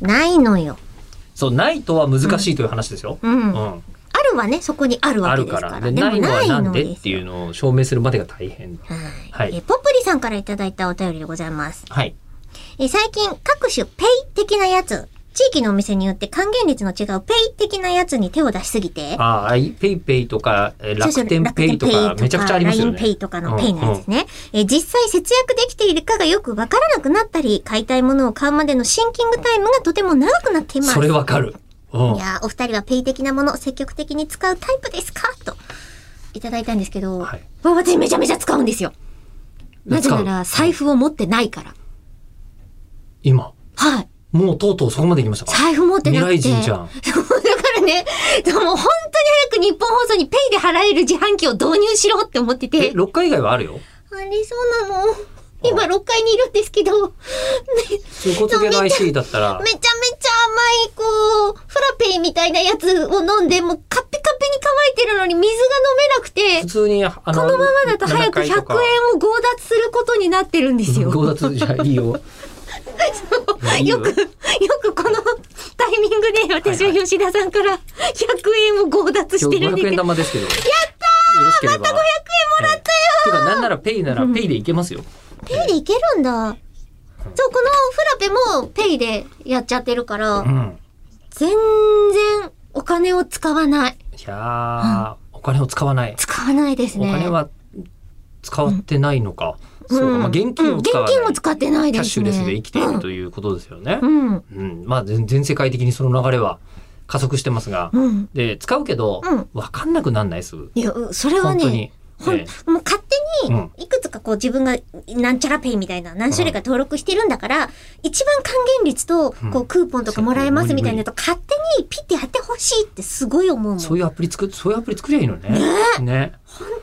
ないのよ。そうないとは難しいという話ですよ。うんう。あるはね、そこにあるわあけるですか。かららでないのはなんでっていうののを証明するまでが大変。ですよ。は。はいいえーポップリさんからいただいたお便りでございます。はい。えー最近各種ペイ的なやつ、地域のお店によって還元率の違うペイ的なやつに手を出しすぎて、ああ、ペイペイとか、えーそうそう楽天ペイとか、めちゃくちゃありますよ LINE ね。ペイとかのペイのやつね。えー実際節約できているかがよくわからなくなったり、買いたいものを買うまでのシンキングタイムがとても長くなっています。それわかる。うんい。やーお二人はペイ的なものを積極的に使うタイプですかといただいたんですけど、はいまあ私めちゃめちゃ使うんですよ。なぜな使らう財布を持ってないから。今、はい。もうとうとうそこまで行きましたか。財布持ってなくて。未来人じゃんそう だからね、でももう本当に早く日本放送にペイで払える自販機を導入しろって思ってえ、て。 6回以外はあるよ。ありそうなの。今6階にいるんですけど、ね横付けの IC だったらめ、ちゃめちゃ甘い、こう、フラペイみたいなやつを飲んで、もうカピカピに乾いてるのに水が飲めなくて普。通に、あの、このままだと早く100 7円回とかを強奪することになってるんですよ。強奪じゃいいよ。いいよよく、よくこのタイミングで私は吉田さんから100円を強奪 し今て日るんで500す円けど。玉ですけど。やったーまた500円もらったよてか、なんならペイならペイでいけますよ。ペイでいけるんだ。そう、このフラペもペイでやっちゃってるからう、ん。全然お金を使わない。いやー、お金を使わない。使わないですおね。金は使ってないのか。うん、そうか、まあ現金を使わない。うん現金を使ってないキャですね。ッシュレスで生きているということですよね。うん。うん、まあ全全世界的にその流れは加速してますが、うん。で使うけど、うんわかんなくなんないすぐ。いや、うそれは本当ねに、。ほんええもう勝手うにん、いくつかこう自分がなんちゃらペイみたいな何種類か登録してるんだから、一番還元率とうんこうクーポンとかもらえますみたいなやつを勝手にピッてやってほしいってすごい思うもん。そ本ういうアプリ作っそういうアプリ作りゃいいのね。ね。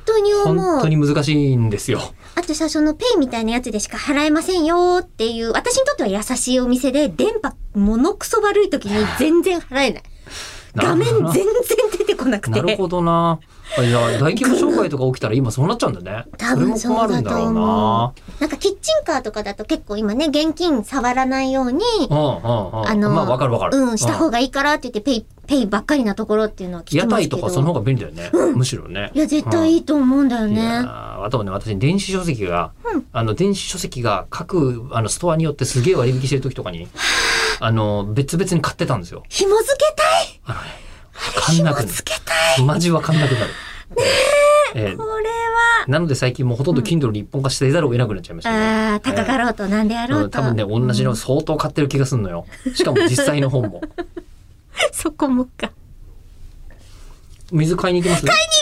当に本思当う。に難しいんですよ。あとさ、そのペイみたいなやつでしか払えませんよっていう、私にとっては優しいお店で、電波ものくそ悪い時に全然払えない。画面全な然出てこなくなるて。ほどな。あいや大規模障害とか起きたら今そうなっちゃうんだね。多分それも困るんだろうな。なんかキッチンカーとかだと結構今ね、現金触らないように、うんうんうん。あのまあわかるわかる。うん、した方んがいいからって言って、ペイ、ペイばっかりなところっていうのは聞き屋ますけ台ど。とかその方が便利だよね。むしろね。いや、絶対いいと思うんだよいね。やーあとね私電子書籍が、うんあの電子書籍が各あのストアによってすげえ割引してる時とかにあの別々に買ってたんですよ。紐付けたいあのねわかんなく紐な付けたいるマジわかんなく なる。ええこれは。なので最近もうほとんど Kindle に一本化してざるを得なくなっちゃいましたね。ああ、高かろうとなんでやろうんうと。多分ね同じうのん相当買ってる気がするのよ。しかも実際の本も。 そこもか。水買いに行きます買いに